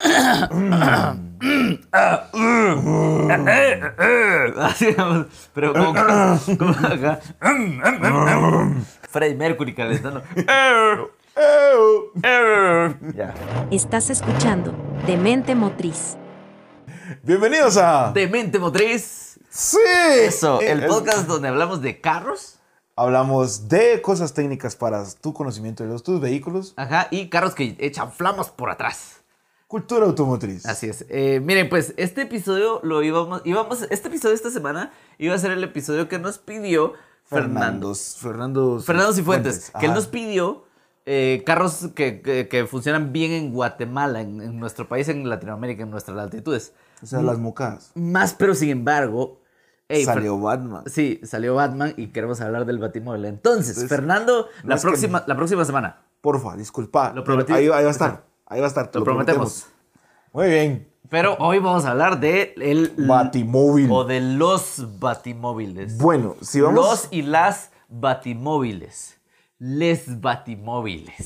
Así, Ah, vamos, pero como, que- como acá. Freddie Mercury calentando. Ya. Estás escuchando Demente Motriz. Bienvenidos a. Demente Motriz. Sí. Eso, el Eh, podcast donde hablamos de carros. Hablamos de cosas técnicas para tu conocimiento de los tus vehículos, Ajá, y carros que echan flamas por atrás. cultura automotriz. Así es. Eh, miren, pues este episodio lo íbamos, íbamos. Este episodio esta semana iba a ser el episodio que nos pidió Fernando. Fernando. Fernando Cifuentes, que él Pues, Ajá. nos pidió eh, carros que, que- que funcionan bien en Guatemala, en, en nuestro país, en Latinoamérica, en nuestras latitudes. O sea, las mucas. Más, pero sin embargo. ey, Fer- Salió Batman. Sí, salió Batman y queremos hablar del Batimóvil. Entonces, Entonces, Fernando, no la, es que- próxima, la próxima semana. Porfa, disculpa. Lo prometí. Ahí, ahí va a estar. Ahí va a estar. te Lo, prometemos. Muy bien. Pero hoy vamos a hablar de el Batimóvil. O de los batimóviles. Bueno, si vamos. Los y las batimóviles. Les batimóviles.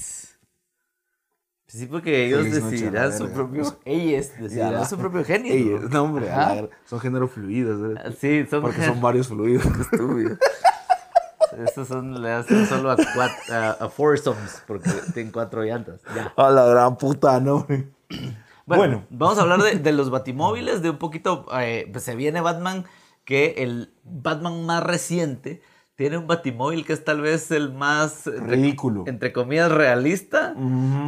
Pues Sí, porque ellos Feliz noche a la decidirán su verga. propio. Ellos Ya, decidirán la- su propio genio. Ey, no, hombre, a la Ajá. ver- son género fluidos. ¿verdad? Sí, son Porque son varios fluidos. estúpidos. Estos son, le hacen solo a, cuat- a- a foursomes porque tienen cuatro llantas. Ya. A la gran puta, no, hombre. Bueno, Bueno. vamos a hablar de, de los batimóviles, de un poquito. eh, pues se viene Batman, que el Batman más reciente tiene un batimóvil que es tal vez el más. eh, entre- Ridículo. Entre comillas, realista,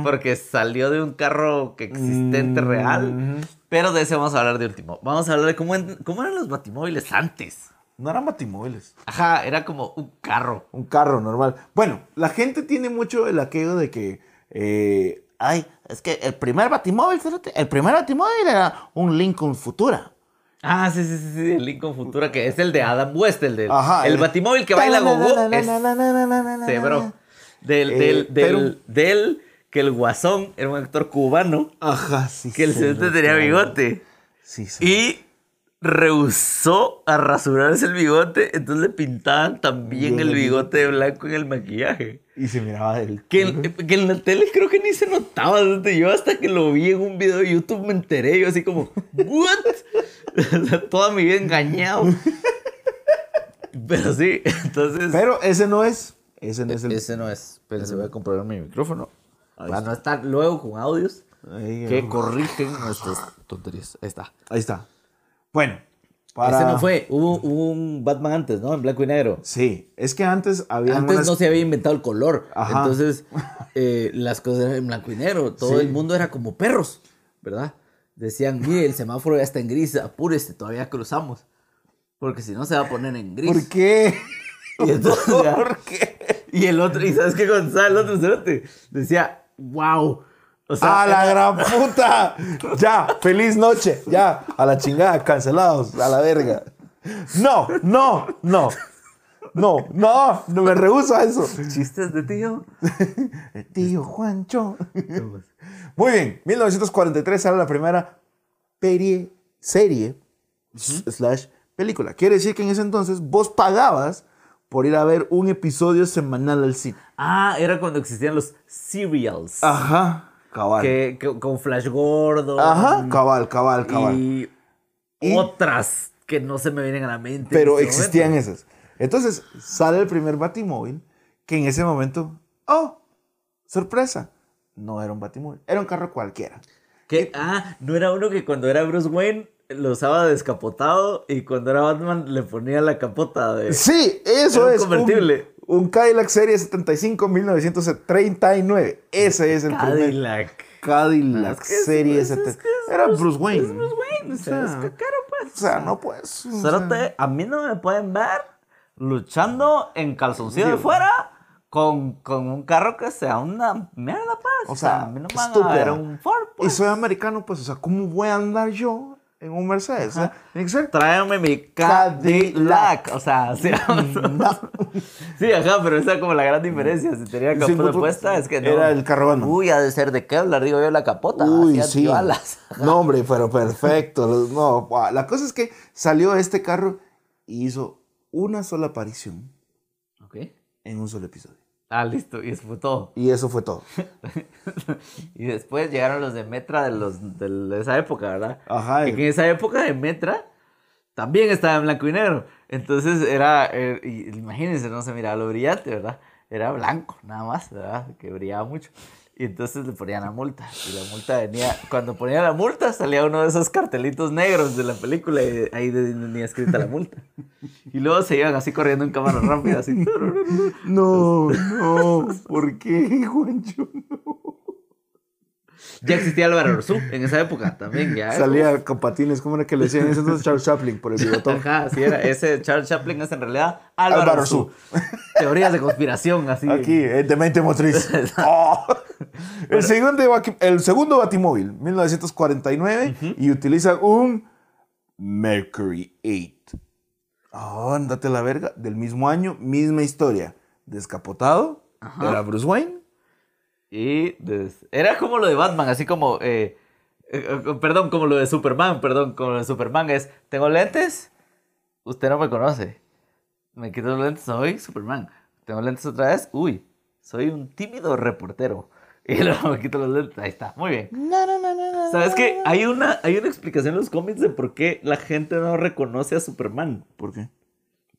porque salió de un carro que existente real. Pero de ese vamos a hablar de último. Vamos a hablar de cómo, en- cómo eran los batimóviles antes. No eran batimóviles. Ajá, era como un carro. Un carro normal. Bueno, la gente tiene mucho el aqueo de que. eh, Ay, es que el primer batimóvil, fíjate, el primer batimóvil era un Lincoln Futura. Ah, sí, sí, sí, sí, el Lincoln Futura, que es el de Adam West, el de. Ajá, el, el- batimóvil que baila Gogo es ese, bro. Del, Eh, del, pero- del, del, que el guasón era un actor cubano, Ajá, sí. que el sí, señor lo tenía creo. bigote. Sí, sí. Y rehusó a rasurarse el bigote, entonces le pintaban también Bien el el bigote de blanco en el maquillaje. Y se miraba el. Que en, que en la tele creo que ni se notaba. ¿sí? Yo hasta que lo vi en un video de YouTube me enteré. Yo así como, ¿what? Toda mi vida engañado. Pero sí, entonces... Pero ese no es. Ese no es el. Ese no es. Pero se voy a comprobar mi micrófono. Ahí Para no estar luego con audios Ahí, que ahí. corrigen nuestras tonterías. Ahí está. Ahí está. Bueno, para. Ese no fue. Hubo, hubo un Batman antes, ¿no? En blanco y negro. Sí, es que antes había. Antes no se había inventado el color. Ajá. Entonces, eh, las cosas eran en blanco y negro. Todo Sí. el mundo era como perros, ¿verdad? Decían, mire, el semáforo ya está en gris, apúrese, todavía cruzamos. Porque si no se va a poner en gris. ¿Por qué? Y entonces, ya- ¿Por qué? Y el otro, y sabes qué Gonzalo, el otro cerote, decía, wow. O sea, ¡A la gran puta! Ya, feliz noche. Ya, a la chingada, cancelados, a la verga. No, no, no. No, no, no me rehuso a eso. chistes de tío. Tío Juancho. Muy bien, 1943 sale la primera peri- serie slash película. Quiere decir que en ese entonces vos pagabas por ir a ver un episodio semanal al cine. Ah, era cuando existían los serials. Ah, Ajá, cabal. que, que- con Flash Gordo. Ajá, cabal, cabal, cabal. Y, Y- otras que no se me vienen a la mente. en Pero este existían momento. esas. Entonces sale el primer batimóvil que en ese momento, oh, sorpresa, no era un batimóvil, era un carro cualquiera. Que, ah, no era uno que cuando era Bruce Wayne lo usaba descapotado y cuando era Batman le ponía la capota de. Sí, eso Era un es. convertible. Un, un Cadillac Serie 75 1939. Ese es el primer Cadillac. Cadillac Es que es- Serie es- es 70. que es Era Bruce- Bruce Wayne. Es Bruce Wayne, o sea, O es sea, que caro, pues. O sea, no pues. o sea, Cerote, a mí no me pueden ver luchando en calzoncillo de Digo. fuera con, con un carro que sea una mierda, pues. O sea, a mí no me van a estúpida. ver un Ford, Y pues. soy americano, pues, o sea, ¿cómo voy a andar yo en un Mercedes? O sea, tiene que ser Tráeme mi Cadillac. Mm, Cadillac. O sea, sí, sí, ajá, pero esa es como la gran diferencia. Si tenía Sí, capota no, puesta, es que no. era el carro, bueno. Uy, ha de ser de Kevlar, digo yo, la capota. Uy, hacía sí. antibalas. No, hombre, pero perfecto. Los- No, guau. la cosa es que salió este carro y hizo una sola aparición Ok. en un solo episodio. Ah, listo, y eso fue todo. Y eso fue todo. y después llegaron los de Metra de, los, de, de esa época, ¿verdad? Ajá. Que en esa época de Metra también estaba en blanco y negro. Entonces era, eh, y- imagínense, no se miraba lo brillante, ¿verdad? Era blanco, nada más, ¿verdad? Que brillaba mucho. Y entonces le ponían la multa. Y la multa venía, cuando ponía la multa salía uno de esos cartelitos negros de la película y ahí tenía escrita la multa. Y luego se iban así corriendo en cámara rápida, así. No, no. ¿Por qué, Juancho? Ya existía Álvaro Arzú en esa época también, ya. Salía con patines, ¿cómo era que le decían? Ese entonces Charles Chaplin por el bigotón. Ajá, así era. Ese Charles Chaplin es en realidad Álvaro, Álvaro Arzú. Teorías de conspiración, así. Aquí, eh, Demente Motriz. Oh. el, segundo, baqui- el segundo Batimóvil, 1949, y utiliza un Mercury 8. Oh, andate a la verga. Del mismo año, misma historia. Descapotado, era Bruce Wayne. Y des- era como lo de Batman, así como. eh, eh, eh, perdón, como lo de Superman, perdón, como lo de Superman es: Tengo lentes, usted no me conoce. Me quito los lentes, soy Superman. Tengo lentes otra vez, uy, soy un tímido reportero. Y luego me quito los lentes, ahí está, muy bien. ¿Sabes qué? Hay una, hay una explicación en los cómics de por qué la gente no reconoce a Superman. ¿Por qué?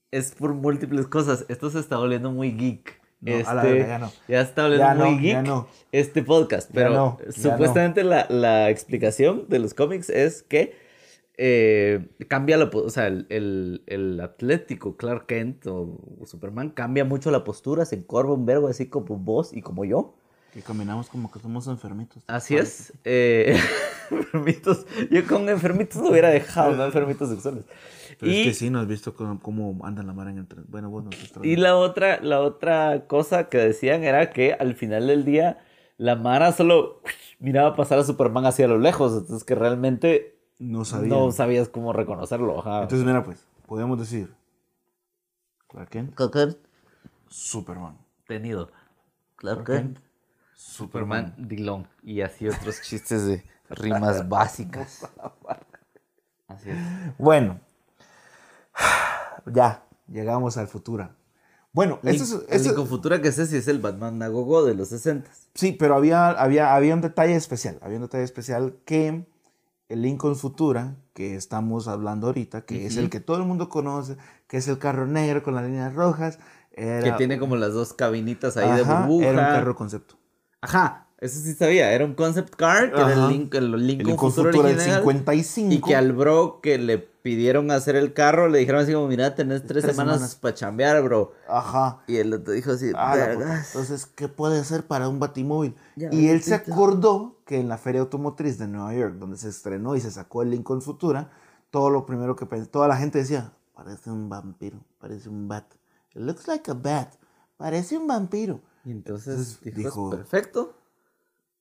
Es por múltiples cosas. Esto se está volviendo muy geek. Este, No, a la verga, ya no. Ya se está volviendo Ya no, muy geek ya no. este podcast. Pero no, ya supuestamente La, la explicación de los cómics es que eh, cambia la po- o sea, el, el- el atlético Clark Kent o Superman cambia mucho la postura, se encorva un vergo así como vos y como yo. Que caminamos como que somos enfermitos. Así es. eh, enfermitos. Yo con enfermitos lo hubiera dejado, no enfermitos sexuales. Pero y, es que sí, no has visto cómo, cómo andan la mar en el tren. Bueno, bueno, y la otra, la otra cosa que decían era que al final del día la Mara solo miraba pasar a Superman hacia lo lejos. Entonces que realmente no sabía. no sabías cómo reconocerlo. ajá. Entonces, mira, pues, podemos decir Clark Kent, Superman. Tenido. Claro Kent, Superman Dillon. Y así otros chistes de rimas básicas. Así es. Bueno, ya, llegamos al futuro. Bueno, El esto es, esto- único futuro que sé si es el Batman Nagogo de los 60 sí, pero había, había, había un detalle especial. Había un detalle especial que el Lincoln Futura, que estamos hablando ahorita, que es el que todo el mundo conoce, que es el carro negro con las líneas rojas. Era, Que tiene como las dos cabinitas ahí Ajá, de burbuja. Era un carro concepto. Ajá, eso sí sabía. Era un concept car que era el Ajá. Lincoln, el Lincoln El Lincoln Futuro Futura del original, 55. Y que al bro que le pidieron hacer el carro le dijeron así como, mira, tenés tres, Tres semanas, semanas. para chambear, bro. Ajá. Y el otro dijo así, Ah, la puta. "Vergas". Entonces, ¿qué puede hacer para un batimóvil? Ya, y él se acordó que en la feria automotriz de Nueva York, donde se estrenó y se sacó el Lincoln Futura, todo lo primero que pensó, toda la gente decía, parece un vampiro, parece un bat. It looks like a bat. Parece un vampiro. Y entonces Entonces dijo, dijo- "Es perfecto,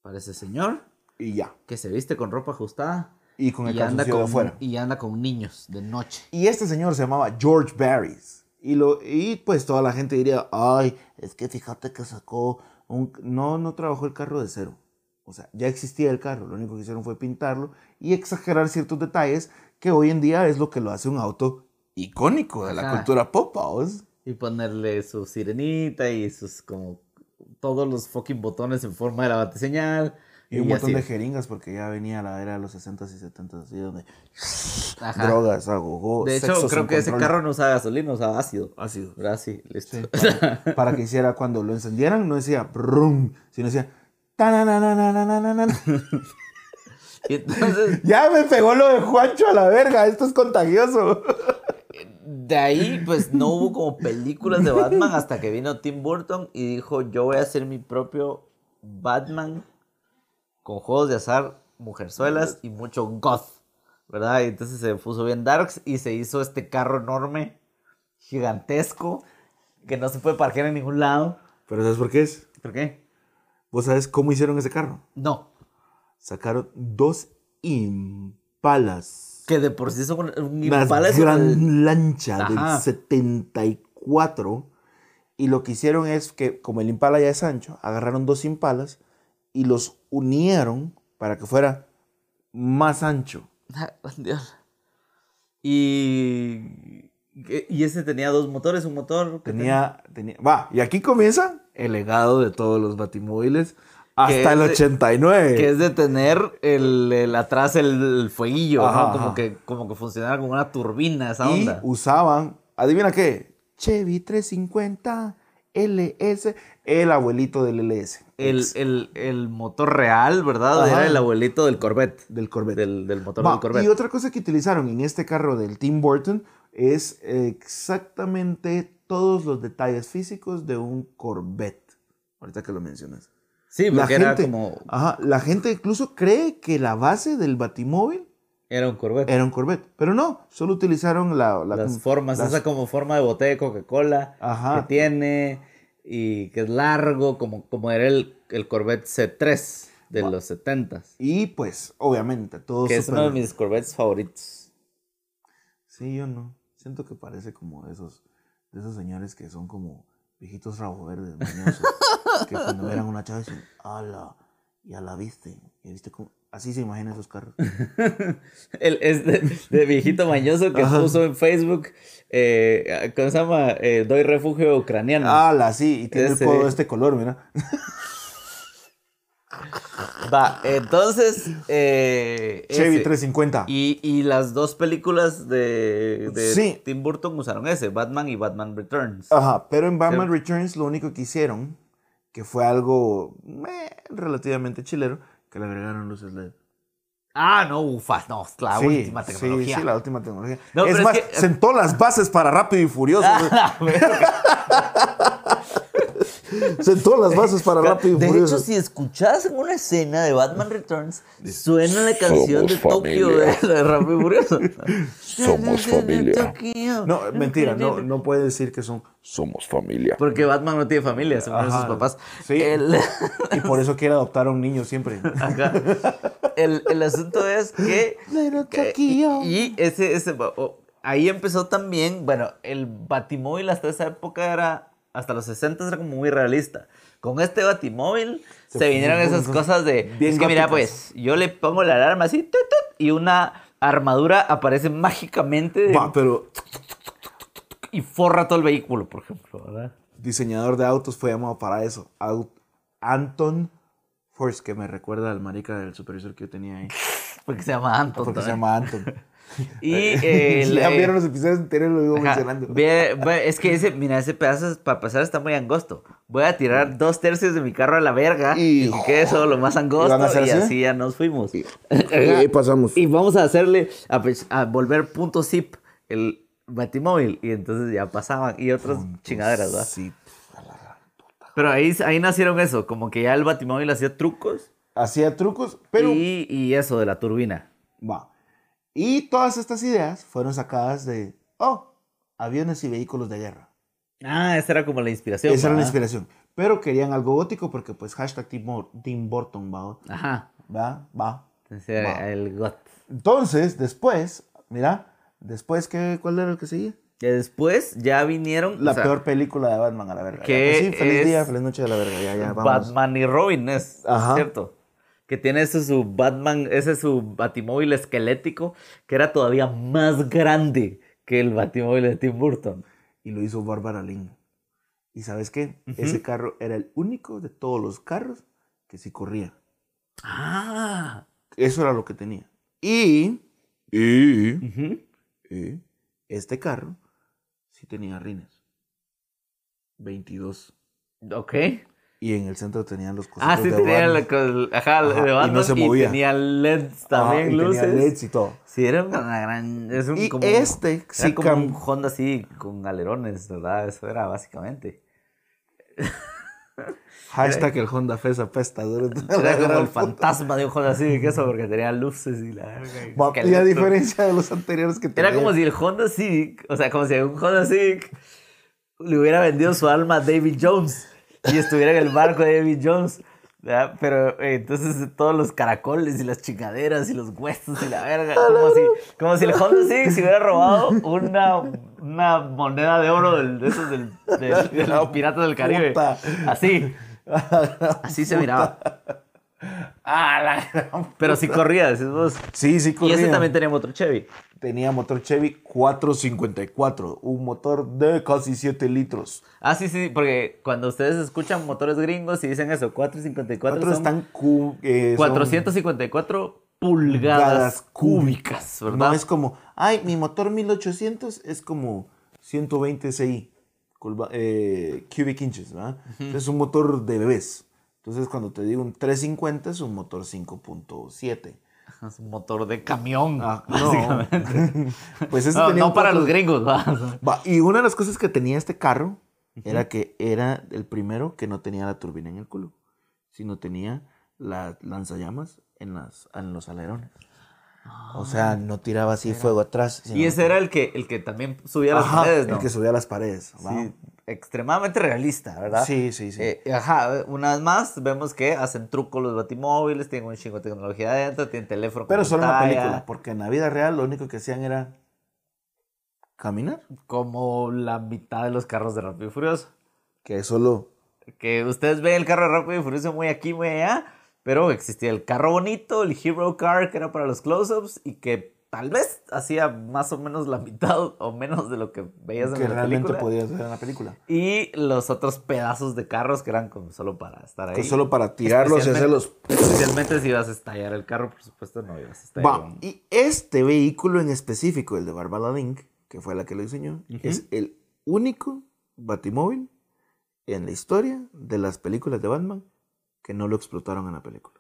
parece señor, Y ya. que se viste con ropa ajustada. Y con el y anda calzoncillo con, de afuera. y anda con niños de noche. Y este señor se llamaba George Barris. Y, lo, y pues toda la gente diría, ay, es que fíjate que sacó un... No, no trabajó el carro de cero. O sea, ya existía el carro, lo único que hicieron fue pintarlo y exagerar ciertos detalles que hoy en día es lo que lo hace un auto icónico de la Ajá. cultura pop, ¿vos? Y ponerle su sirenita y sus como todos los fucking botones en forma de la batiseñal. Y un montón así. de jeringas porque ya venía la era de los 60s y 70s, así donde Ajá. drogas, agogó, De hecho, creo que ese carro no usaba gasolina, usaba ácido. Ácido. ¿Verdad? Sí, listo. para, para que hiciera cuando lo encendieran, no decía brum, sino decía tanananananananana. Y entonces, Ya me pegó lo de Juancho a la verga, esto es contagioso. de ahí, pues no hubo como películas de Batman hasta que vino Tim Burton y dijo: Yo voy a hacer mi propio Batman con juegos de azar, mujerzuelas y mucho goth. ¿Verdad? Y entonces se puso bien darks y se hizo este carro enorme, gigantesco, que no se puede parquear en ningún lado. Pero ¿sabes por qué es? ¿Por qué? ¿Vos sabes cómo hicieron ese carro? No. Sacaron dos impalas. Que de por sí son un, un Una Impala es gran el- lancha Ajá. del 74. Y lo que hicieron es que, como el impala ya es ancho, agarraron dos impalas y los unieron para que fuera más ancho. Ah, Dios. Y, y ese tenía dos motores, un motor que Tenía, tenía, va, y aquí comienza el legado de todos los batimóviles. que Hasta el es de- 89. Que es de tener el, el atrás el, el fueguillo, Ajá, ¿no? Como ajá. que, como que funcionara como una turbina esa y onda. usaban, adivina qué, Chevy 350 LS, el abuelito del LS. El, Ex- el- el motor real, ¿verdad? Ajá. Era el abuelito del Corvette. del Corvette. Del, del motor Va, del Corvette. Y otra cosa que utilizaron en este carro del Tim Burton es exactamente todos los detalles físicos de un Corvette. Ahorita que lo mencionas. sí, La porque era gente, como. ajá, la gente incluso cree que la base del batimóvil Era un Corvette. era un Corvette, pero no, solo utilizaron Eh, la, la- las formas, las- esa como forma de botella de Coca-Cola Ajá. que tiene y que es largo, como, como era el, el Corvette C3 de Wow. los 70s. y pues obviamente todo Que es súper- uno de mis Corvettes favoritos. Sí, yo no. Siento que parece como de esos, de esos señores que son como viejitos rabo verdes, mañosos, que cuando vean una chava dicen, ala, ya la viste, ya viste cómo... Así se imaginan esos carros. El, es de, de viejito mañoso que Ajá. puso en Facebook, eh, ¿cómo se llama? Eh, doy refugio a ucranianos. Ala, sí, y tiene Ese. el codo de este color, mira. Va, entonces... eh, Chevy ese. 350. Y, y las dos películas de, de Sí. Ah. Tim Burton usaron ese, Batman y Batman Returns. Ajá, pero en Batman Returns lo único que hicieron, que fue algo meh, relativamente chilero, que le agregaron luces LED. Ah, no, ufa, no, la Sí, última sí, tecnología. Sí, la última tecnología. No, pero es es más, que- sentó las bases para Rápido y Furioso. güey. Ah, la verga. sentó las bases para Rápido y de Furioso. hecho, si escuchas en una escena de Batman Returns, suena la canción de Tokio de, de Rápido y Furioso. Somos familia. Tokio. No, mentira, no, no puede decir que son. Somos familia. Porque Batman no tiene familia, se mueren Ajá. sus papás. Sí. El, Y por eso quiere adoptar a un niño siempre. Ajá. El, el asunto es que. Little que- Tokio. y, y ese. ese o- ahí empezó también. Bueno, el Batimóvil hasta esa época era. Hasta los 60 era como muy realista. Con este Batimóvil se, fue vinieron muy esas bonito. cosas de. Bien es que mira, góticas. pues yo le pongo la alarma así. tut, tut, y una armadura aparece mágicamente de- Va, pero y forra todo el vehículo, por ejemplo, ¿verdad? diseñador de autos fue llamado para eso. Au- Anton Force, que me recuerda al marica del supervisor que yo tenía ahí. Porque se llama Anton. Porque se ¿verdad? llama Anton. Y eh, ya le- vieron los episodios anteriores, lo digo Ajá, mencionando. ve- ve- es que ese, mira, ese pedazo para pasar está muy angosto. Voy a tirar dos tercios de mi carro a la verga y, Mm. Y- que quede solo lo más angosto ¿Y van a hacer y así? así ya nos fuimos. ahí pasamos. Y vamos a hacerle, a, pues, a volver punto zip el batimóvil y entonces ya pasaban y otras chingaderas, ¿verdad? Sí. Pero ahí, ahí nacieron eso, como que ya el batimóvil hacía trucos Hacía trucos, pero. y, y eso de la turbina. Va. Y todas estas ideas fueron sacadas de. Oh, aviones y vehículos de guerra. Ah, esa era como la inspiración. Esa era la ¿verdad? inspiración. Pero querían algo gótico porque, pues, hashtag Tim, Bur- Tim Burton, va. Ajá. Va, va. Ese era Va. el got. Entonces, después, mira, después, ¿qué, ¿cuál era el que seguía? Que después ya vinieron. La o sea, peor película de Batman a la verga. ya. ¿Qué Pues sí, feliz es día, feliz noche de la verga. Ya, ya, vamos. Batman y Robin es, Ajá. ¿cierto? Que tiene ese su Batman, ese su batimóvil esquelético, que era todavía más grande que el batimóvil de Tim Burton. Y lo hizo Bárbara Lynn. ¿Y sabes qué? Ese carro era el único de todos los carros que sí corría. Ah. Eso era lo que tenía. Y. Y. y este carro sí tenía rines. 22. Ok. Y en el centro tenían los cositos Ah, sí, Pues de tenía Batman. la, col- ajá, la de Ajá, y Batman. no se movía. tenía LEDs también, Ajá, y luces. Tenía LEDs y todo. Sí, era una gran. Es un, Y como, este era sí como cam- un Honda así con alerones, ¿verdad? Eso era básicamente. Hashtag el Honda Fest apesta. duro. Era como el fantasma de un Honda Civic eso porque tenía luces y la Va, verga. Y a diferencia de los anteriores que tenía. Era como si el Honda Civic, o sea, como si un Honda Civic le hubiera vendido su alma a David Jones y estuviera en el barco de David Jones. ¿verdad? Pero eh, entonces todos los caracoles y las chingaderas y los huesos y la verga. Como si, como si el Honda Civic se hubiera robado una, una moneda de oro del, de esos del, del- de los piratas del Caribe. Puta. Así, así se miraba. Ah, la gran- Pero sí corría, decís vos. Sí, sí, Y ese corría. también tenía otro Chevy. Tenía motor Chevy 454, un motor de casi 7 litros. Ah, sí, sí, porque cuando ustedes escuchan motores gringos y dicen eso, 454 Otros son están cu- eh, son 454 pulgadas cúbicas, ¿verdad? No es como, ay, mi motor 1800 es como 120 CI, culva- eh, cubic inches, ¿verdad? Es un motor de bebés. Entonces, cuando te digo un 350 es un motor 5.7. Es un motor de camión. Ah, básicamente. no. pues eso No, tenía no un para cuatro- los gringos, va. Va, y una de las cosas que tenía este carro era que era el primero que no tenía la turbina en el culo, sino tenía las lanzallamas en, las, en los alerones. O sea, no tiraba así fuego atrás. sino- Ah, Y ese era el que, el que también subía las Ajá, paredes, ¿no? el que subía a las paredes. va. Sí, extremadamente realista, ¿verdad? Sí, sí, sí. Eh, ajá, una vez más vemos que hacen truco los batimóviles, tienen un chingo de tecnología adentro, tienen teléfono. con Pero solo en la pantalla, película, porque en la vida real lo único que hacían era caminar, Como la mitad de los carros de Rápido y Furioso. que solo... Que ustedes ven el carro de Rápido y Furioso muy aquí, muy allá, pero existía el carro bonito, el Hero Car, que era para los close-ups y que tal vez hacía más o menos la mitad o menos de lo que veías en Que la realmente película. podías ver en la película. Y los otros pedazos de carros que eran como solo para estar ahí. Que solo para tirarlos y Especialmente- hacerlos Especialmente si ibas a estallar el carro, por supuesto no ibas a estallar. Va, un- y este vehículo en específico, el de Barbara Link, que fue la que lo diseñó, es el único batimóvil en la historia de las películas de Batman que no lo explotaron en la película.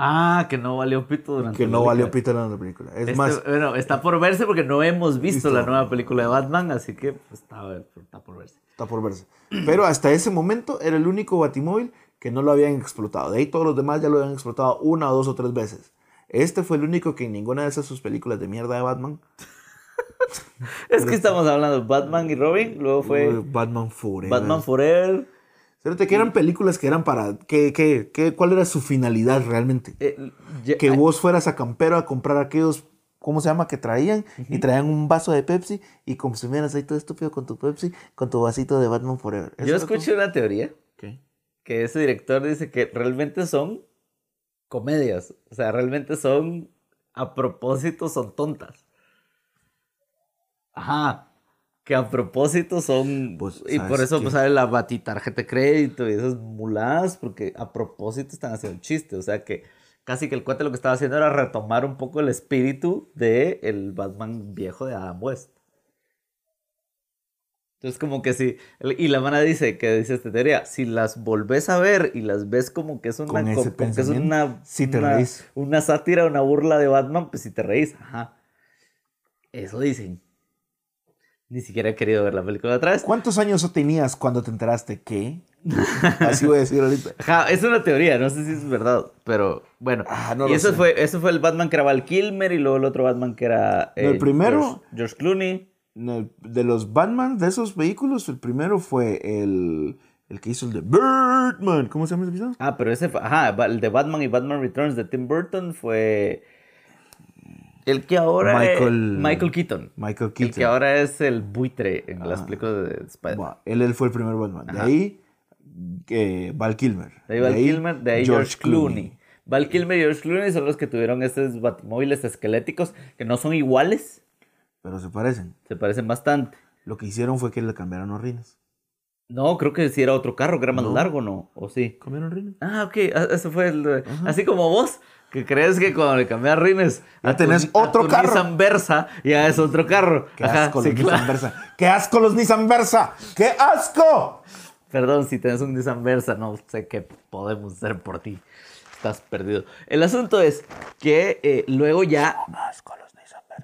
Ah, que no valió pito durante Que la no valió película. pita en la película. Es Este- más, bueno, está por verse porque no hemos visto Listo. la nueva película de Batman, así que pues, está, está por verse. está por verse. Pero hasta ese momento era el único batimóvil que no lo habían explotado. De ahí todos los demás ya lo habían explotado una, dos o tres veces. Este fue el único que en ninguna de esas sus películas de mierda de Batman Es que estamos hablando de Batman y Robin, luego fue Batman Forever. Batman Forever. Fíjate que eran películas que eran para. ¿qué, qué, qué, ¿Cuál era su finalidad realmente? eh, ya- que ay, vos fueras a campero a comprar aquellos. ¿Cómo se llama? Que traían y traían un vaso de Pepsi y consumieras ahí todo estúpido con tu Pepsi, con tu vasito de Batman Forever. Eso yo era todo. escuché una teoría ¿Qué? que ese director dice que realmente son comedias, o sea, realmente son a propósito son tontas. Ajá. Que a propósito son. Pues, y por ¿sabes eso qué? pues, sale la batitarjeta de crédito y esas muladas, porque a propósito están haciendo chiste. O sea que casi que el cuate lo que estaba haciendo era retomar un poco el espíritu de el Batman viejo de Adam West. Entonces, como que si. Y la mana dice que dice esta teoría: si las volvés a ver y las ves como que es una. Con ese co- como que es pensamiento, una. sí te una- reís. Una sátira, una burla de Batman, pues si te reís. Ajá. Eso dicen. Ni siquiera he querido ver la película otra vez. ¿Cuántos años tenías cuando te enteraste que? Así voy a decir ahorita. Ajá, es una teoría, no sé si es verdad, pero bueno. Ah, no y lo eso sé. fue, eso fue el Batman que era Val Kilmer y luego el otro Batman que era. eh, No, el primero- George, George Clooney. No, De los Batman, de esos vehículos, el primero fue el, el que hizo el de Birdman. ¿Cómo se llama ese episodio? Ah, pero ese fue. Ajá, ba- el de Batman y Batman Returns de Tim Burton fue. El que ahora. es- Michael- Michael Keaton. Ah. Michael El que Keaton. ahora es el buitre en las películas de Spider-Man. Bueno, él, él fue el primer Batman. De ahí, eh, Val Kilmer. De ahí Val Kilmer, de ahí George, Clooney. Val Kilmer y George Clooney son los que tuvieron estos batimóviles esqueléticos que no son iguales, Pero se parecen. se parecen bastante. Lo que hicieron fue que le cambiaron los rines. No, creo que si era otro carro que era más largo, ¿no? ¿O sí? ¿Cambiaron rines? Ah, ok, a- eso fue el... de- Así como vos, que crees que cuando le cambias rines... Ya tenés tu- otro tu carro. Nissan Versa, ya es otro carro. ¡Qué asco sí, los claro. Nissan Versa! ¡Qué asco los Nissan Versa! ¡Qué asco! Perdón, si tenés un Nissan Versa, no sé qué podemos hacer por ti. Estás perdido. El asunto es que eh, luego ya.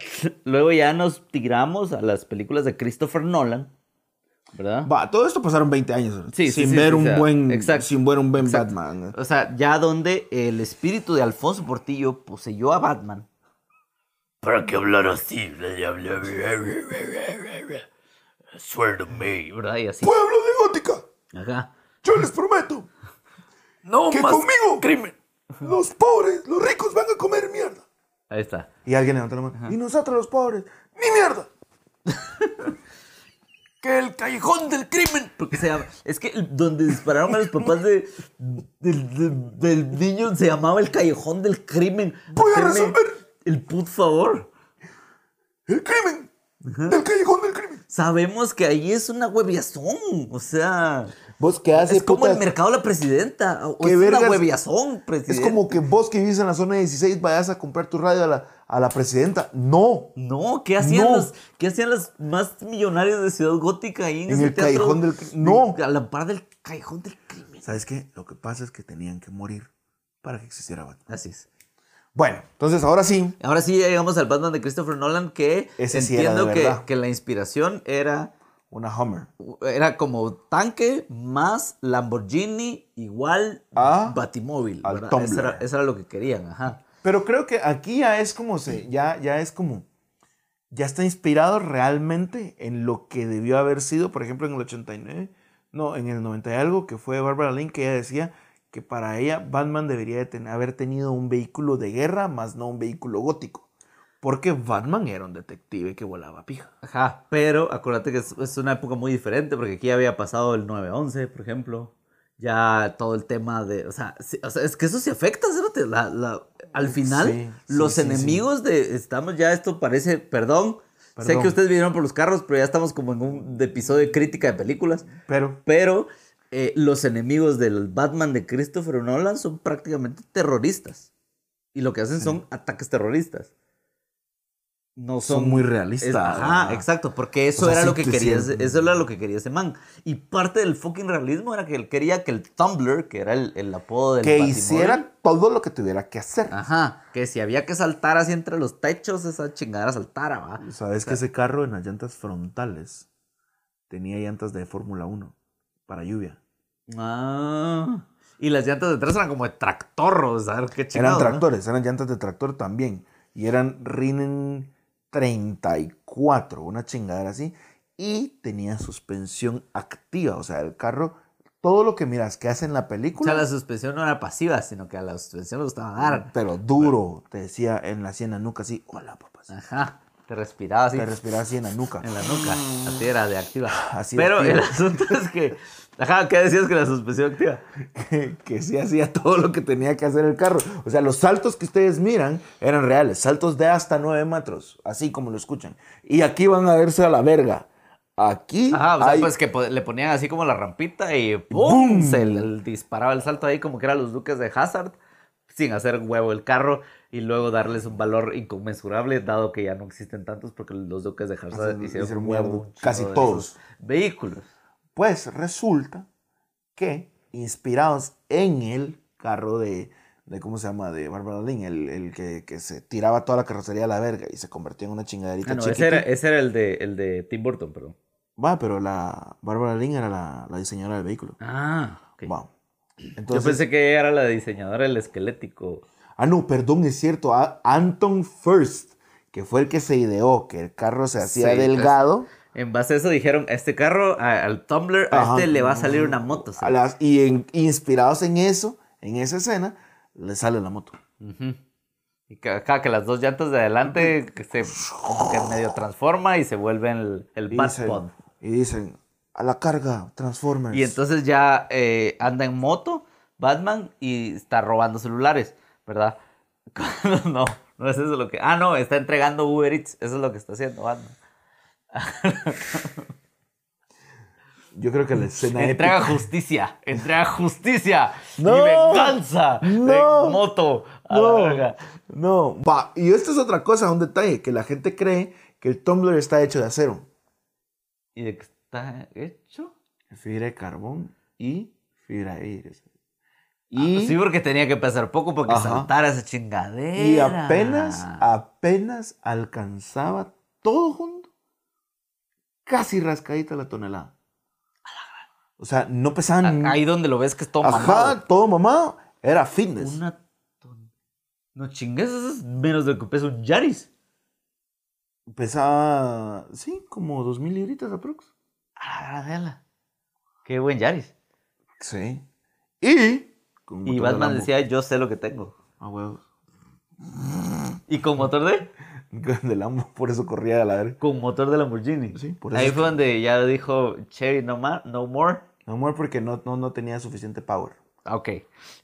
Luego ya nos tiramos a las películas de Christopher Nolan, ¿verdad? Va, todo esto pasaron 20 años. Sí, sí, sin sí, ver sí, un o sea, buen. exacto, sin ver un buen exacto. Batman. O sea, ya donde el espíritu de Alfonso Portillo poseyó a Batman. ¿Para que hablar así? Swear to me, ¿verdad? Y así. ¡Pueblo de Gótica! Ajá. Yo les prometo No que conmigo los pobres, los ricos van a comer mierda. Ahí está. Y alguien levantó la mano. Y nosotros los pobres, ni mierda. que el callejón del crimen. Porque se llama, es que el- donde dispararon a los papás de, del- del- del niño se llamaba el callejón del crimen. Voy a Hacerme resolver. El put favor. El crimen. El callejón del crimen. Sabemos que ahí es una hueviazón. O sea, Vos que haces es como el mercado de la presidenta. O ¿Qué es una vergas? hueviazón, presidente. Es como que vos que vivís en la zona 16 vayas a comprar tu radio a la, a la presidenta. No. No, ¿qué hacían, No. Los, ¿qué hacían los más millonarios de Ciudad Gótica ahí en, En ese el teatro? callejón del cri- no. A la par del callejón del crimen. ¿Sabes qué? Lo que pasa es que tenían que morir para que existiera Batman. Así es. Bueno, entonces ahora sí. Ahora sí ya llegamos al Batman de Christopher Nolan que Ese sí era de entiendo que, verdad. que la inspiración era, Una Hummer. era como tanque más Lamborghini igual A- Batimóvil. Ah, al ¿verdad? Tumblr. Eso era, eso era lo que querían, ajá. Pero creo que aquí ya es como se, ya, ya es como, ya está inspirado realmente en lo que debió haber sido, por ejemplo, en el 89, no, en el 90 y algo, que fue Barbara Lynn, que ella decía que para ella Batman debería de ten- haber tenido un vehículo de guerra, más no un vehículo gótico. Porque Batman era un detective que volaba pija. Ajá, pero acuérdate que es, es una época muy diferente porque aquí ya había pasado el 9-11, por ejemplo. Ya todo el tema de. O sea, sí, o sea, es que eso sí afecta, cerote, la- la- al final, Sí, sí, los sí, sí. enemigos de. Estamos ya, esto parece. Perdón, sé Perdón. que ustedes vinieron por los carros, pero ya estamos como en un de episodio de crítica de películas. Pero Pero eh, los enemigos del Batman de Christopher Nolan son prácticamente terroristas. Y lo que hacen son ataques terroristas. No son, son, muy es- realistas. ajá, exacto, porque eso sea, era sí lo que te quería, ese- sientes- eso era lo que quería ese man. Y parte del fucking realismo era que él quería que el Tumblr, que era el, el apodo del Que Batimóvil, hiciera todo lo que tuviera que hacer. ajá, que si había que saltar así entre los techos, esa chingada saltara, va. ¿Sabes que ese carro en las llantas frontales tenía llantas de Fórmula 1 para lluvia? Ah. Y las llantas de atrás eran como de tractor, o sea, qué eran chingado, ¿no? tractores, eran llantas de tractor también. Y eran Rinen 34, una chingadera así. Y tenía suspensión activa, o sea, el carro, todo lo que miras que hace en la O película, sea, la suspensión no era pasiva, sino que a la suspensión le gustaba dar. pero duro, te decía en la, así en la nuca así, hola papá, Ajá. Te respiraba así te respiraba así en la nuca. Ah, en la nuca. Así era de activa. Así de Pero activa. el asunto es que. Ajá, ¿qué decías que la suspensión activa? que, que sí hacía todo lo que tenía que hacer el carro. O sea, los saltos que ustedes miran eran reales, saltos de hasta 9 metros, así como lo escuchan. Y aquí van a verse a la verga. Aquí Ajá, o sea, hay- pues que po- le ponían así como la rampita y ¡Bum! ¡pum! Se le- le disparaba el salto ahí como que eran los duques de Hazard, sin hacer huevo el carro y luego darles un valor inconmensurable, dado que ya no existen tantos porque los duques de Hazard Hacen- hicieron, hicieron huevo mierda un chingo casi de todos. esos Vehículos. pues resulta que inspirados en el carro de, de ¿cómo se llama? De Barbara Lynn, el, el que, que se tiraba toda la carrocería a la verga y se convertía en una chingaderita Ah, no, ese chiquitita. era, ese era el, de, el de Tim Burton, perdón. Va, pero la Barbara Lynn era la, la diseñadora del vehículo. Ah, ok. Va. Yo Entonces, pensé que ella era la diseñadora del esquelético. Ah, no, perdón, es cierto. a- Anton First, que fue el que se ideó que el carro se hacía Sí, delgado. En base a eso dijeron, a este carro, a- al Tumblr, a Ajá. este le va a salir una moto. a las- y en- inspirados en eso, en esa escena, le sale la moto. Ujú. Y que acá que las dos llantas de adelante que se como que medio transforma y se vuelve el, el Y Batpod. dicen, y dicen, a la carga, Transformers. Y entonces ya eh, anda en moto Batman y está robando celulares, ¿verdad? Cuando- no, no es eso lo que... Ah, no, está entregando Uber Eats. Eso es lo que está haciendo Batman. Yo creo que la escena Entrega épica- justicia, entrega justicia y No, venganza no, de moto. a la verga. No, no. Va, y esto es otra cosa, un detalle, que la gente cree que el Tumblr está hecho de acero. ¿Y de qué está hecho? Fibra de carbón y fibra de vidrio. Ah, sí, porque tenía que pesar poco porque Ajá. saltara esa chingadera. Y apenas, apenas alcanzaba todo junto, casi rascadita la tonelada. O sea, no A- pesaban. Ahí donde lo ves que es todo ajá, mamado. todo mamado. Era fitness. Una ton- No chingues, eso es menos de lo que pesa un Yaris. Pesaba, sí, como dos mil libritas aprox. A la gradela. Qué buen Yaris. Sí. Y. con motor Y de Batman Lambo. decía, yo sé lo que tengo. A huevos. ¿Y con motor de? Del Lambo, por eso corría a la verga. Con motor de Lamborghini. Sí, por Ahí eso. fue donde ya dijo Chevy no más, no more. No amor, porque no, no, no tenía suficiente power. Ah, Ok.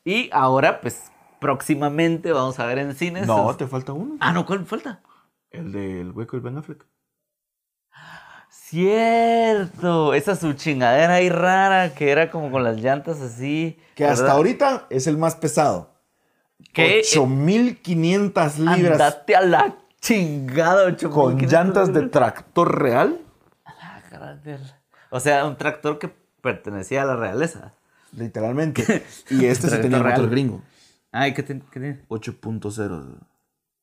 Y ahora, pues, próximamente vamos a ver en cines. No, Es- te falta uno. Ah, no, ¿cuál falta? El del hueco del Ben Affleck. Cierto. Esa su chingadera ahí rara que era como con las llantas así. Que hasta ¿verdad? ahorita es el más pesado. Que 8500 eh, libras andate a la chingada, ocho con mil llantas de quinientos- tractor real. Ah, carácter. O sea, un tractor que pertenecía a la realeza. Literalmente. Y este se Tractor tenía real. motor gringo. Ay, ¿qué, ten- qué tiene? 8.0.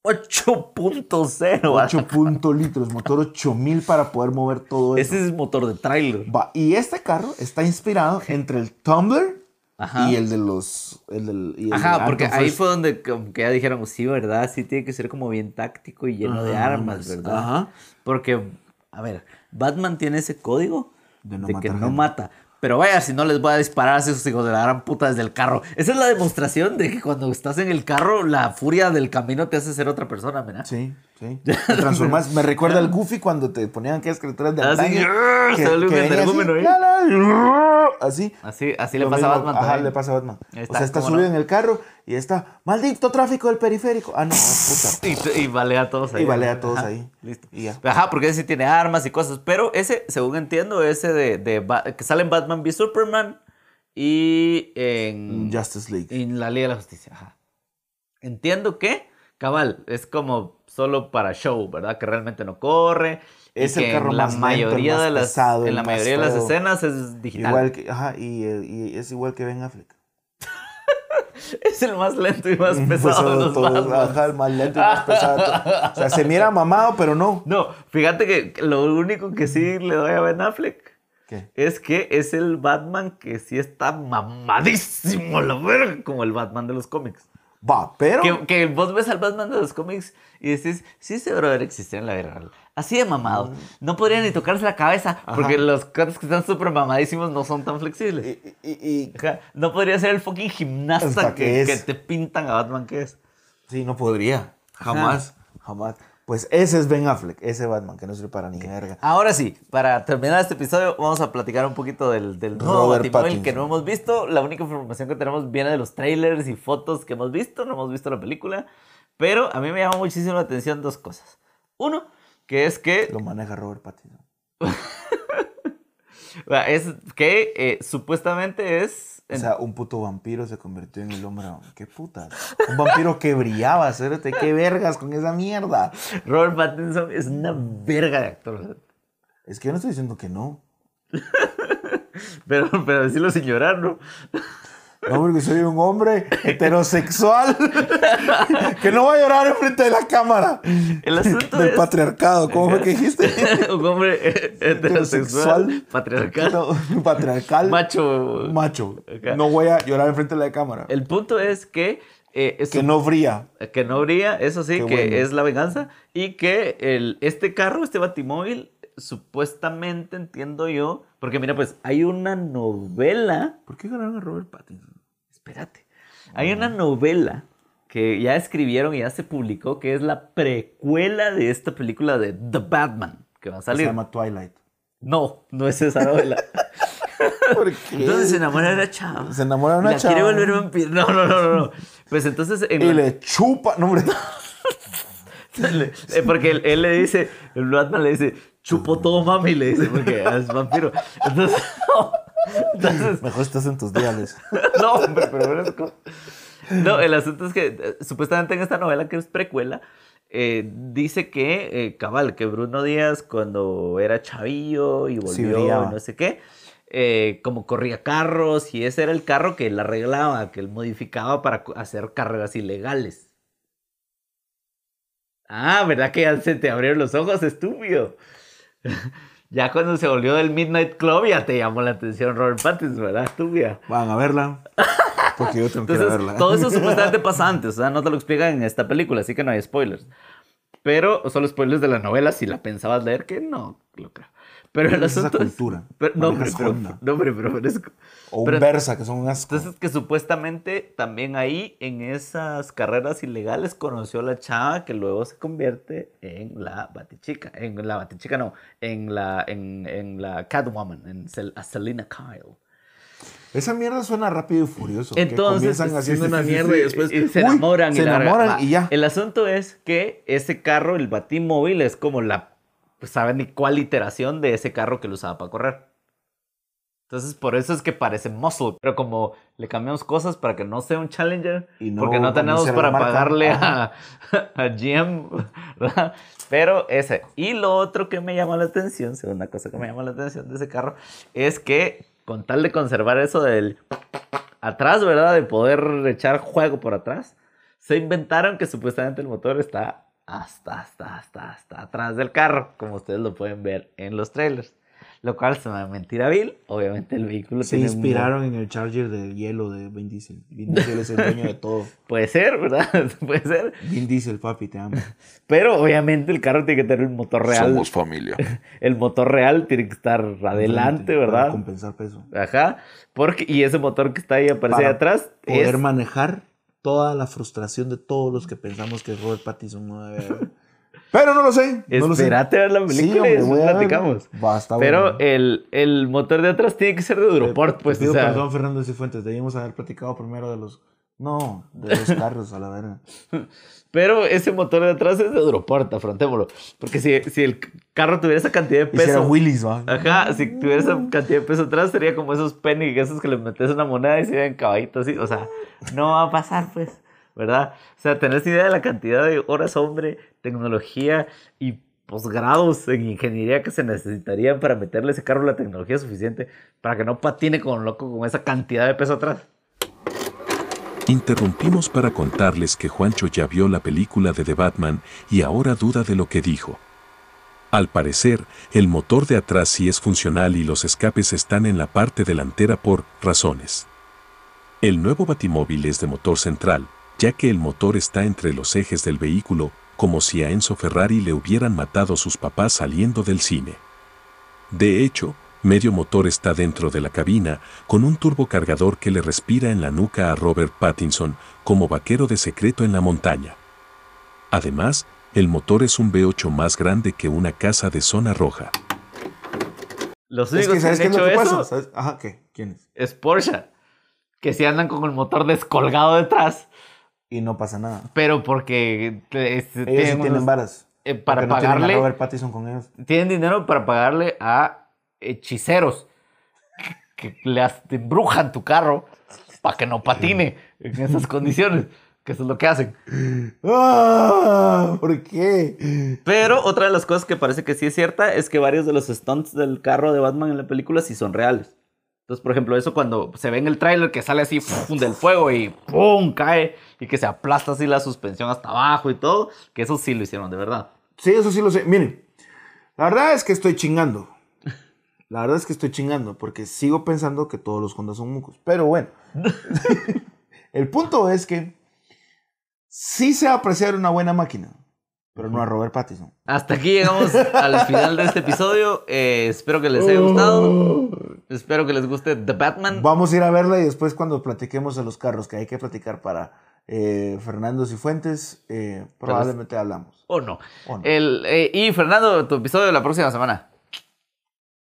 8.0. ah. 8. litros, motor 8000 para poder mover todo eso. Ese es motor de trailer. Va, Y este carro está inspirado entre el Tumblr Ajá. y el de los. el del- y el Ajá, de porque Anton ahí First. fue donde como que ya dijeron, sí, ¿verdad? Sí tiene que ser como bien táctico y lleno de Ajá, armas, armas, ¿verdad? Ah, ajá. Porque, a ver, Batman tiene ese código de, De no que matar no gente. mata. Pero vaya, si no les voy a disparar a esos hijos de la gran puta desde el carro. Esa es la demostración de que cuando estás en el carro, la furia del camino te hace ser otra persona, ¿verdad? Sí, sí. Te transformas. Me recuerda al Goofy cuando te ponían aquellas criaturas de Ah, sí, antaño que, se vuelve un venía así, energúmeno, ¿eh? la, la, la, Así. Así, así le Lo pasa a mismo, Batman. Ajá, también. le pasa a Batman. Ahí o está, sea, está ¿cómo no? subido en el carro y está, maldito tráfico del periférico. Ah, no, ah, puta. Y, y balea a todos ahí. Y balea a todos Ajá, ahí. Listo. Y ya. Ajá, porque ese sí tiene armas y cosas. Pero ese, según entiendo, ese de, de Ba- que sale en Batman v Superman y en, Justice League. en la Liga de la Justicia. Ajá. Entiendo que, cabal, es como solo para show, ¿verdad? Que realmente no corre. y Es el que carro en la más lento, el mayoría más de las pesado, En el la más mayoría de las feo. escenas es digital. Igual que, ajá, y, eh, y es igual que Ben Affleck. Es el más lento y más pesado de Pesado los todo, Batmans. Pues ajá, el más lento y más pesado. de todo. O sea, se mira mamado, pero no. No, fíjate que lo único que sí le doy a Ben Affleck ¿Qué? es que es el Batman que sí está mamadísimo, a la verga, como el Batman de los cómics. Va, pero. Que, que vos ves al Batman de los cómics y decís, sí, ese brother existió en la vida real. Así de Mm. mamado. No podría ni tocarse la cabeza porque los cuantos que están súper mamadísimos no son tan flexibles. y- y- y- Ajá, No podría ser el fucking gimnasta Hasta que, que es. que te pintan a Batman que es. Sí, no podría. Jamás. Jamás. Pues ese es Ben Affleck, ese Batman, que no sirve para ni verga. Ahora sí, para terminar este episodio, vamos a platicar un poquito del, del nuevo Robert Batimóvil Pattinson. que no hemos visto. La única información que tenemos viene de los trailers y fotos que hemos visto. No hemos visto la película. Pero a mí me llama muchísimo la atención dos cosas. Uno, que es que, Lo maneja Robert Pattinson. es que eh, supuestamente es... O sea, un puto vampiro se convirtió en el hombre. ¡Qué putas! Un vampiro que brillaba, cerote. ¡Qué vergas con esa mierda! Robert Pattinson es una verga de actor. Es que yo no estoy diciendo que no. Pero, pero decirlo sin llorar, ¿no? No, porque soy un hombre heterosexual que no va a llorar enfrente de la cámara. El asunto Del es- patriarcado. ¿Cómo fue que dijiste? Un hombre eh, heterosexual, patriarcal, No, patriarcal. macho. Macho. Ajá. No voy a llorar enfrente de la cámara. El punto es que... eh, es Que un- no brilla. Que no brilla, eso sí, Qué que bueno. es la venganza. Y que el, este carro, este batimóvil, supuestamente entiendo yo. Porque mira, pues hay una novela. ¿Por qué ganaron a Robert Pattinson? Espérate. Hay una novela que ya escribieron y ya se publicó, que es la precuela de esta película de The Batman, que va a Se salir. llama Twilight. No, no es esa novela. ¿Por Entonces se enamora de una chava. Se enamora de Y una la quiere chava. volver vampiro. No, no, no, no, no. Pues entonces en Y la- le chupa. No, hombre. Le- eh, porque él, él le dice, el Batman le dice, chupo todo mami, le dice, porque es vampiro. Entonces, no, Entonces, Mejor estás en tus diales. no, hombre, pero bueno, es como- No, el asunto es que eh, supuestamente en esta novela que es precuela, eh, dice que, eh, cabal, que Bruno Díaz cuando era chavillo y volvió y brillaba. no sé qué, eh, como corría carros y ese era el carro que él arreglaba, que él modificaba para co- hacer carreras ilegales. Ah, ¿verdad que ya se te abrieron los ojos, estúpido? ya cuando se volvió del Midnight Club ya te llamó la atención Robert Pattinson, ¿verdad, estúpida? Van a verla. Porque yo tengo que ir a Entonces, verla. todo eso supuestamente pasa antes, o sea, no te lo explican en esta película, así que no hay spoilers. Pero solo spoilers de la novela, si la pensabas leer, que no lo creo. Pero el Pero esa asunto es. cultura. pero- no, hombre, Manejas pero, Honda. no, hombre, pero. pero es- O un pero- Versa, que son un asco. Entonces, que supuestamente también ahí, en esas carreras ilegales, conoció a la chava que luego se convierte en la Batichica. En la Batichica, no. En la, en, en la Catwoman, en Sel- a Selena Kyle. Esa mierda suena rápido y furioso. que Entonces, comienzan este sí, haciendo sí, una sí, mierda sí, y después y se eh, uy, enamoran, se y, la- enamoran va. y ya. El asunto es que ese carro, el batimóvil, es como la, pues, saben ni cuál iteración de ese carro que lo usaba para correr. Entonces, por eso es que parece muscle, pero como le cambiamos cosas para que no sea un challenger, Y no porque no tenemos conocer la para marca. pagarle a, a GM, ¿verdad? Pero ese. Y lo otro que me llama la atención, segunda cosa que me llama la atención de ese carro, es que con tal de conservar eso del atrás, ¿verdad? De poder echar juego por atrás, se inventaron que supuestamente el motor está hasta, hasta, hasta, hasta atrás del carro, como ustedes lo pueden ver en los trailers. Lo cual se me mentira vil. Obviamente el vehículo Se tiene un mo- inspiraron en el Charger de hielo de Vin Diesel. Vin Diesel es el dueño de todo. Puede ser, ¿verdad? Puede ser. Vin Diesel, papi, te amo. Pero obviamente el carro tiene que tener un motor real. Somos familia. El motor real tiene que estar adelante, Para ¿verdad? compensar peso. Ajá. Porque, y ese motor que está ahí aparece Para atrás Poder es manejar toda la frustración de todos los que pensamos que Robert Pattinson no debe haber. Pero no lo sé. No lo sé. Esperate a ver la Sí, película y hombre, después voy a ver. platicamos. Basta, Pero bueno. Eh, el, el motor de atrás tiene que ser de Duroport, Te pues. pido o sea, perdón, Fernando Cifuentes. Debíamos haber platicado primero de los. No, de los carros, a la verga. pero ese motor de atrás es de Duroport, afrontémoslo. Porque si, si el carro tuviera esa cantidad de Hiciera peso. Willis, va. Ajá, si tuviera esa cantidad de peso atrás, sería como esos penny, esos que le metes una moneda y se ven caballitos así. O sea, no va a pasar, pues, ¿verdad? O sea, tenés idea de la cantidad de horas, hombre, tecnología y posgrados en ingeniería que se necesitarían para meterle a ese carro la tecnología suficiente para que no patine como loco con esa cantidad de peso atrás. Interrumpimos para contarles que Juancho ya vio la película de The Batman y ahora duda de lo que dijo. Al parecer, el motor de atrás sí es funcional y los escapes están en la parte delantera por razones. El nuevo batimóvil es de motor central, ya que el motor está entre los ejes del vehículo, como si a Enzo Ferrari le hubieran matado sus papás saliendo del cine. De hecho, medio motor está dentro de la cabina, con un turbocargador que le respira en la nuca a Robert Pattinson, como vaquero de secreto en la montaña. Además, el motor es un V8 más grande que una casa de zona roja. Los Es únicos que, que, ¿sabes qué han es lo hecho que eso pasa? ¿Sabes? Ajá, ¿qué? ¿Quién es? es Porsche, que si andan con el motor descolgado detrás, Y no pasa nada. pero porque eh, es- Ellos sí tienen unos- varas. eh, para porque no tienen a pagarle- Robert Pattinson con ellos. tienen dinero para pagarle a hechiceros que le as- te embrujan tu carro para que no patine en esas condiciones, que eso es lo que hacen. ¡Ah! ¿Por qué? Pero otra de las cosas que parece que sí es cierta es que varios de los stunts del carro de Batman en la película sí son reales. Entonces, por ejemplo, eso cuando se ve en el tráiler que sale así ¡fum! del fuego y ¡pum! cae y que se aplasta así la suspensión hasta abajo y todo, que eso sí lo hicieron de verdad. Sí, eso sí lo sé. Miren, la verdad es que estoy chingando. La verdad es que estoy chingando porque sigo pensando que todos los Hondas son mucos. Pero bueno, el punto es que sí se va a apreciar una buena máquina, pero no a Robert Pattinson. Hasta aquí llegamos al final de este episodio. Eh, espero que les haya gustado. Espero que les guste The Batman. Vamos a ir a verla y después cuando platiquemos de los carros que hay que platicar para eh, Fernando Cifuentes, eh, probablemente hablamos. O no. O no. El, eh, y Fernando, tu episodio de la próxima semana.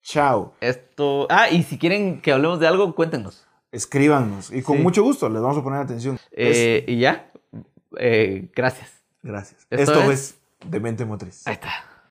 Chao. Esto. Ah, y si quieren que hablemos de algo, cuéntenos. Escríbanos y con Sí. mucho gusto les vamos a poner atención. Eh, Y ya. Eh, gracias. Gracias. ¿Esto Esto es? es Demente Motriz. Ahí está.